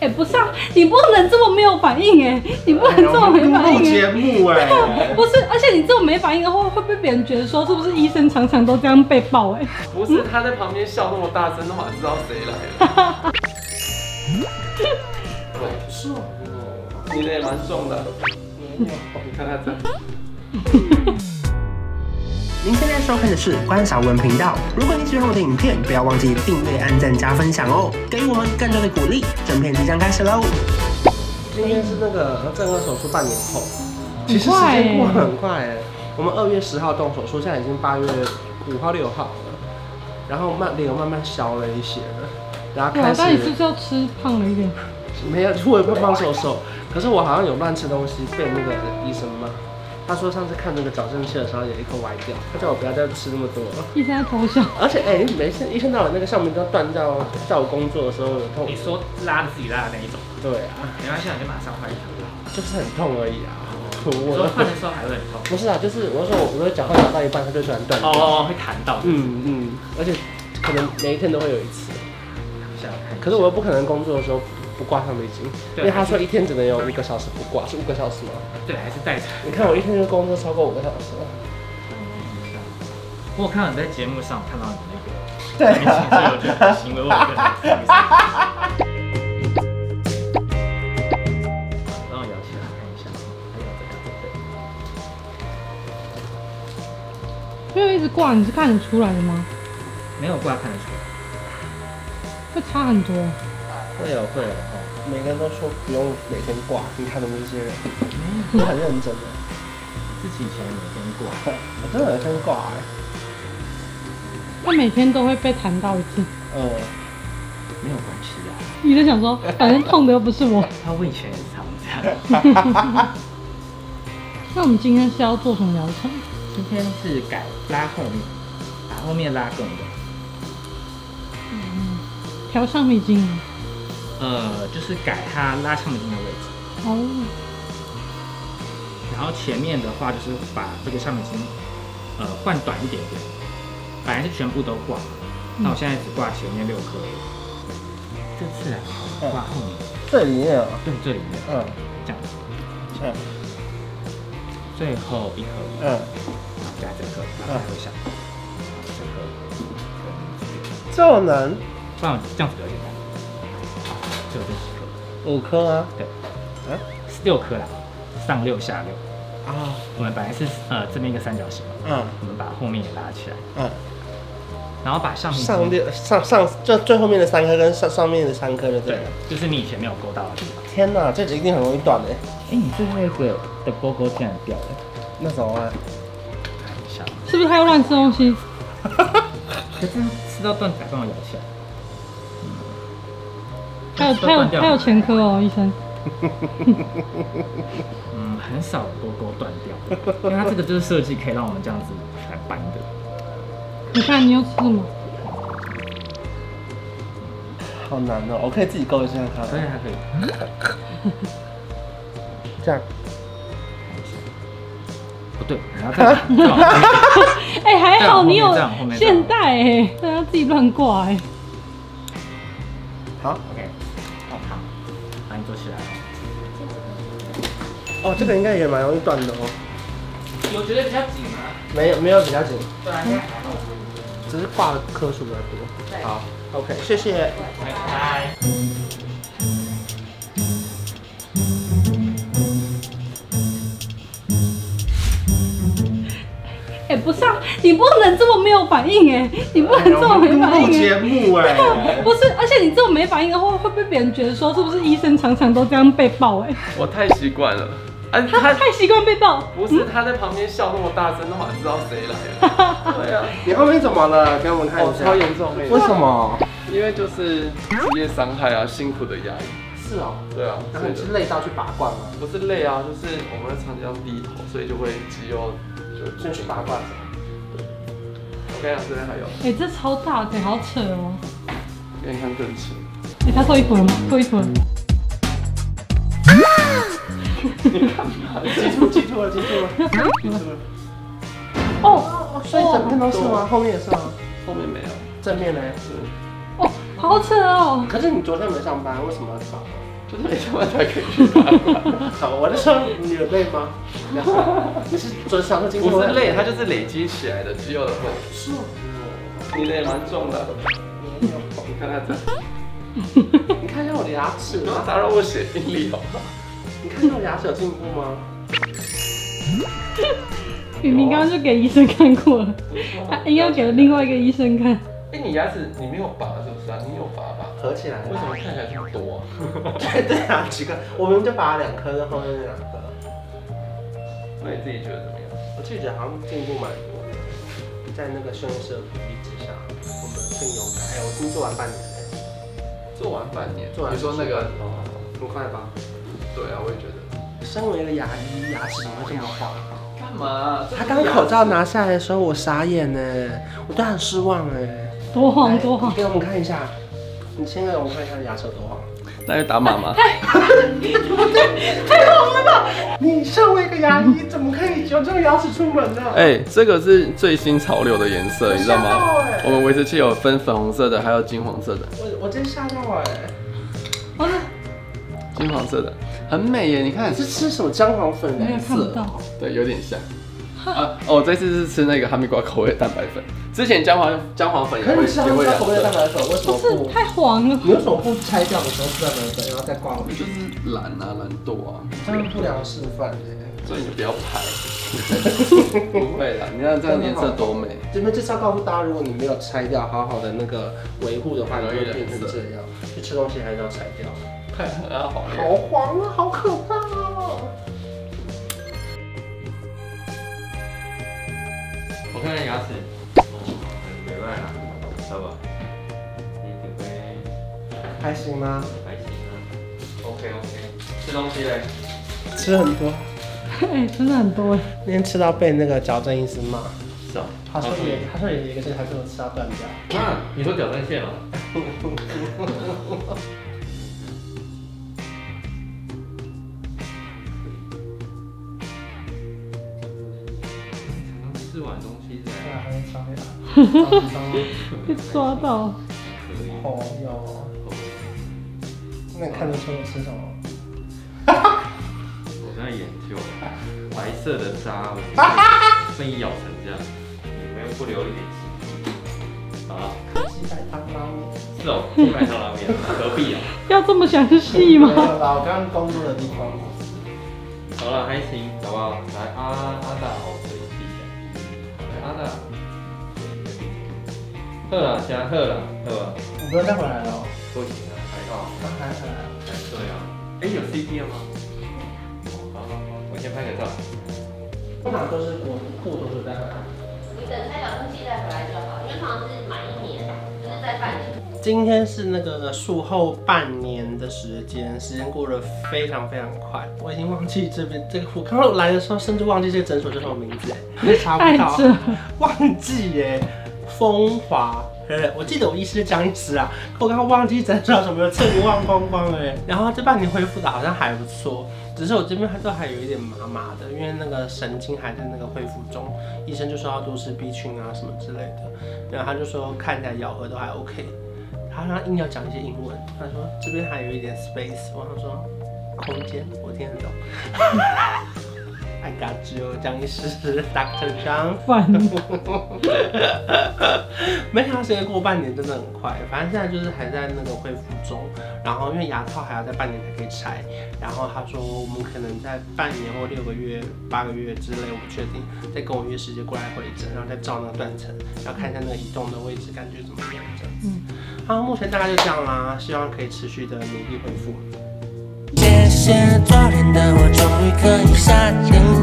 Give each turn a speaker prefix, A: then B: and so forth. A: 哎不上，你不能这么没有反应哎，你不能这么没反
B: 录
A: 应哎。
B: 节目哎、
A: 不是，而且你这么没反应的话，会被别人觉得说是不是医生常常都这样被爆哎？
C: 不是他在旁边笑那么大声，那么知道谁来了。好重哦，你的也蛮重的。你看他这，
D: 您现在收看的是关少文频道。如果你喜欢我的影片，不要忘记订阅、按赞、加分享哦，给予我们更多的鼓励。正片即将开始喽！
C: 今天是那个正颌手术半年后，其实
A: 很
C: 时
A: 快
C: 间过
A: 欸
C: 得很快哎、我们二月十号动手术，现在已经八月五号、六号了，然后慢脸有慢慢消了一些了，然后
A: 对啊
C: 开，始
A: 但你是不是要吃胖了一点？
C: 没有，我也胖胖瘦瘦，可是我好像有乱吃东西，被那个医生骂。他说上次看那个矫正器的时候有一颗歪掉，他叫我不要再吃那么多了。
A: 医生在偷笑。
C: 而且哎、没事，一天到晚那个橡皮筋断掉，在我工作的时候有痛
E: 你。说拉着自己拉的那一种，
C: 对啊，
E: 没关系，啊，你就马上换一条。
C: 就是很痛而已啊。
E: 我说换
C: 我
E: 的时候还会很痛。
C: 不是啊，就是我说我我的脚会打到一半，它就喜欢断掉。
E: 哦，会弹到。
C: 嗯嗯，而且可能每一天都会有一次，
E: 想要看一下
C: 可是我又不可能工作的时候不挂橡皮筋，因
E: 对
C: 为他说一天只能有五个小时不挂，是五个小时吗？
E: 对还是带着。
C: 你看我一天就工作超过五个小时了。
E: 我有看到你在节目上看到你那个
C: 对
E: 明星，所以我觉得你的行为我有跟你有意思让我摇起来看一下，还有这个这个。
A: 没有一直挂，你是看得出来的吗？
E: 没有挂看得出来，
A: 会差很多。
C: 会有会有哦，每个人都说不用每天挂，你看他们这些人，都很认真的。
E: 自己以前没跟过。
C: 我真的很想挂哎，
A: 他每天都会被弹到一次。
C: 嗯，
E: 没有关系啊，
A: 医生想说，反正痛的又不是我。
E: 他问以前也是常这样。
A: 那我们今天是要做什么疗程？
E: 今天是改拉后面，把后面拉更远。
A: 调橡皮筋。
E: 呃，就是改它拉橡皮筋的位置，
A: 哦，
E: 然后前面的话就是把这个橡皮筋呃换短一点点，本来是全部都挂，那我现在只挂前面六颗而已。这次啊，我挂后面，
C: 这里面啊，
E: 对这里面
C: 嗯
E: 这样，
C: 嗯
E: 最后一颗，
C: 嗯，
E: 然后加这颗，然后再回想，这颗，
C: 就能
E: 不然我这样子比较简单，就有这几颗，
C: 五颗啊，
E: 对，
C: 嗯
E: 六颗啦，上六下六。
C: 啊，
E: 我们本来是呃这边一个三角形嘛，
C: 嗯
E: 我们把后面也拉起来，
C: 嗯，
E: 然后把橡皮筋
C: 上六上上就最后面的三颗跟上上面的三颗就对
E: 对
C: 了。，
E: 就是你以前没有勾到的地方。
C: 天哪，这一定很容易断欸的，
E: 哎、你最后一个的勾勾竟然掉了，
C: 那怎么办？
E: 看一下。
A: 是不是他又乱吃东西？
E: 可是吃到断才帮我摇起来。
A: 还有
E: 都
A: 还有
E: 断掉了
A: 还有前科哦，医生。
E: 嗯，很少勾勾断掉，因为它这个就是设计可以让我们这样子来搬的。
A: 你看你又吃什么？
C: 好难哦，我可以自己勾一下它，
E: 可以，还可以。
C: 这样，
E: 不对，然后 再哦把再往后面
A: 哎、还好你有
E: 这样后面这样后面这样
A: 现代哎、不然要自己乱挂哎、
C: 好，
E: OK，好，好，把你坐起来。
C: 哦，这个应该也蛮容易断的哦，
E: 有觉得比较紧吗？
C: 没有没有比较紧，
E: 对啊，
C: 只是挂的颗数比较多。好，OK，谢谢。
E: 拜。
A: 哎、不是啊，你不能这么没有反应哎、你不能这么没反应
B: 录
A: 哎、
B: 节目哎、
A: 不是，而且你这么没反应的话，会被别人觉得说是不是医生常常都这样被爆哎、
B: 我太习惯了。哎
C: 啊，
A: 他 太习惯被爆，
C: 不是他在旁边笑那么大声，那我知道谁来了。对啊，你后面怎么了？给我们看一下。
B: 超严重哎、
C: 为什么？
B: 因为就是职业伤害啊，辛苦的压抑。
C: 是哦，
B: 对啊，
C: 然后你
B: 所以
C: 是
B: 就
C: 累到去拔罐吗？
B: 不是累啊，就是我们会常常低头，所以就会肌肉就
C: 就去拔罐。
B: OK 啊，这边还有，
A: 哎、这超大的、好扯哦、
B: 给你看更轻。
A: 哎、他脱衣服了吗？脱衣服了。
C: 记住，记住了，记住了。
A: 哦
C: 所以整片都是吗？后面也是吗？
B: 后面没有，
C: 正面呢？
B: 是
A: 哦，好扯哦、
C: 可是你昨天没上班，为什么要拔？
B: 真的没上班才可以去看。
D: 好，我在说你有累吗？你是准想的精神，
B: 不是 累，它就是累积起来的肌肉的问题。
D: 是哦，
B: 你的也蛮重的，
D: 没有
B: 你看看这，
D: 你看一下我的牙齿
B: 你
D: 啊，
B: 要打扰我写病历好吗？
D: 你看一下我牙齿有进步吗？
A: 明明刚刚就给医生看过了，他硬要给另外一个医生看，
B: 哎，你牙齿你没有拔是不是啊？你有拔吧？
D: 合起来
B: 为什么看起来这么多啊？
D: 对对啊，奇怪，我们就拔了两颗，然后面两颗，
B: 那你自己觉得怎么样？
D: 我自己觉得好像进步蛮多的，在那个顺势比例之下，我们更勇敢。哎，我已经做完半年了，
B: 做完半年，
D: 做完
B: 你说那个，
D: 很快吧？
B: 对啊，我也觉得。
D: 身为一个牙医，牙齿怎么会这么好？
B: 干嘛？
D: 他刚口罩拿下来的时候，我傻眼呢，我对他很失望哎。
A: 多
D: 来
A: 晃多啊晃
D: 你。给我们看一下，你先给我们看一下牙齿有啊多黄。
B: 那就打 妈妈。
D: 太黄了吧！你身为一个牙医，怎么可以有这种牙齿出门呢？
B: 哎、这个是最新潮流的颜色，你知道
D: 吓到
B: 吗
D: 哎？
B: 我们维持器有分粉红色的，还有金黄色的，
D: 我我真吓到哎、
A: 哦，
B: 金黄色的很美耶，你看
D: 你，是吃什么姜黄粉
A: 没有
D: 来
A: 看
D: 色？
A: 到，
B: 对，有点像。啊，哦，这次是吃那个哈密瓜口味的蛋白粉，之前姜黄姜黄粉也
D: 可是
B: 会
D: 你吃他
B: 也会
D: 们家口味的
B: 染
D: 蛋
B: 色，
D: 白粉，为什
A: 不
D: 么
A: 是
D: 不？啊
A: 太黄了，
D: 你为什么不拆掉的时候吃蛋白粉，然后再挂我们？
B: 就是懒啊懒惰啊，
D: 这样不良示范哎、
B: 所以你不要拍。 不会啦，你看这样颜色多美。
D: 这边就是要告诉大家，如果你没有拆掉，好好的那个维护的话，你
B: 容易
D: 会变
B: 染
D: 成
B: 色
D: 这样。去吃东西还是要拆掉。
B: 太好了，
D: 好黄啊，好可怕哦！
F: 我看看牙齿，没办法，好吧，你准备
D: 还行吗？
F: 还行啊，OK OK，吃东西嘞，
D: 吃很多，
A: 哎，真的很多哎。
D: 那天 吃到被那个矫正医师骂。
F: 是啊，
D: 他说也，他说也一个是，他说我吃到断掉。
F: 那啊你说矫正线 吗？吃完东西再
D: 对啊，还会伤害。
A: 被抓到，
F: 可以，
D: 哦哟，那你看得出我吃什么？
F: 我在研究白色的沙，我被咬成这样，有没有不留一点情？啊，
D: 鸡白汤拉面。
F: 是哦，去买上拉面，何必啊？
A: 要这么详细
D: 没有
A: 吗？
D: 啦，我刚刚工作的地方。
F: 好了，还行，好不好？来，阿阿大，我可以记下。来，阿嗯大，喝了，先喝了，喝吧。
D: 你不用再回来了，
F: 不行啊，还好，
D: 刚还回来。
F: 对啊。哎，有 CD 了吗？好，好，好，我先拍个照。
D: 通常都是我过多久再回来？
G: 你等开疗东西再回来就好，因为通常是满一年，就是在半年。
D: 今天是那个术后半年的时间，时间过得非常非常快，我已经忘记这边这个，我刚刚来的时候甚至忘记这个诊所叫什么名字，查
A: 爱
D: 不到，
A: 着，
D: 忘记耶，风华。对对，我记得我医师是江医师啊，可我刚刚忘记诊所什么的，彻底忘光光了耶。然后这半年恢复的好像还不错，只是我这边还都还有一点麻麻的，因为那个神经还在那个恢复中。医生就说要多吃 B 群啊什么之类的，然后他就说看起来咬合都还 OK，他他硬要讲一些英文，他说这边还有一点 space，我想说空间我听得懂。I got you，江医师，Doctor 张。
A: 烦。
D: 没想到时间过半年真的很快，反正现在就是还在那个恢复中，然后因为牙套还要在半年才可以拆，然后他说我们可能在半年或六个月、八个月之内，我不确定，再跟我约时间过来回诊，然后再照那个断层，然后看一下那个移动的位置感觉怎么样这样子。好，目前大概就这样啦，希望可以持续的努力恢复。
H: 谢谢昨天的我，终于可以下定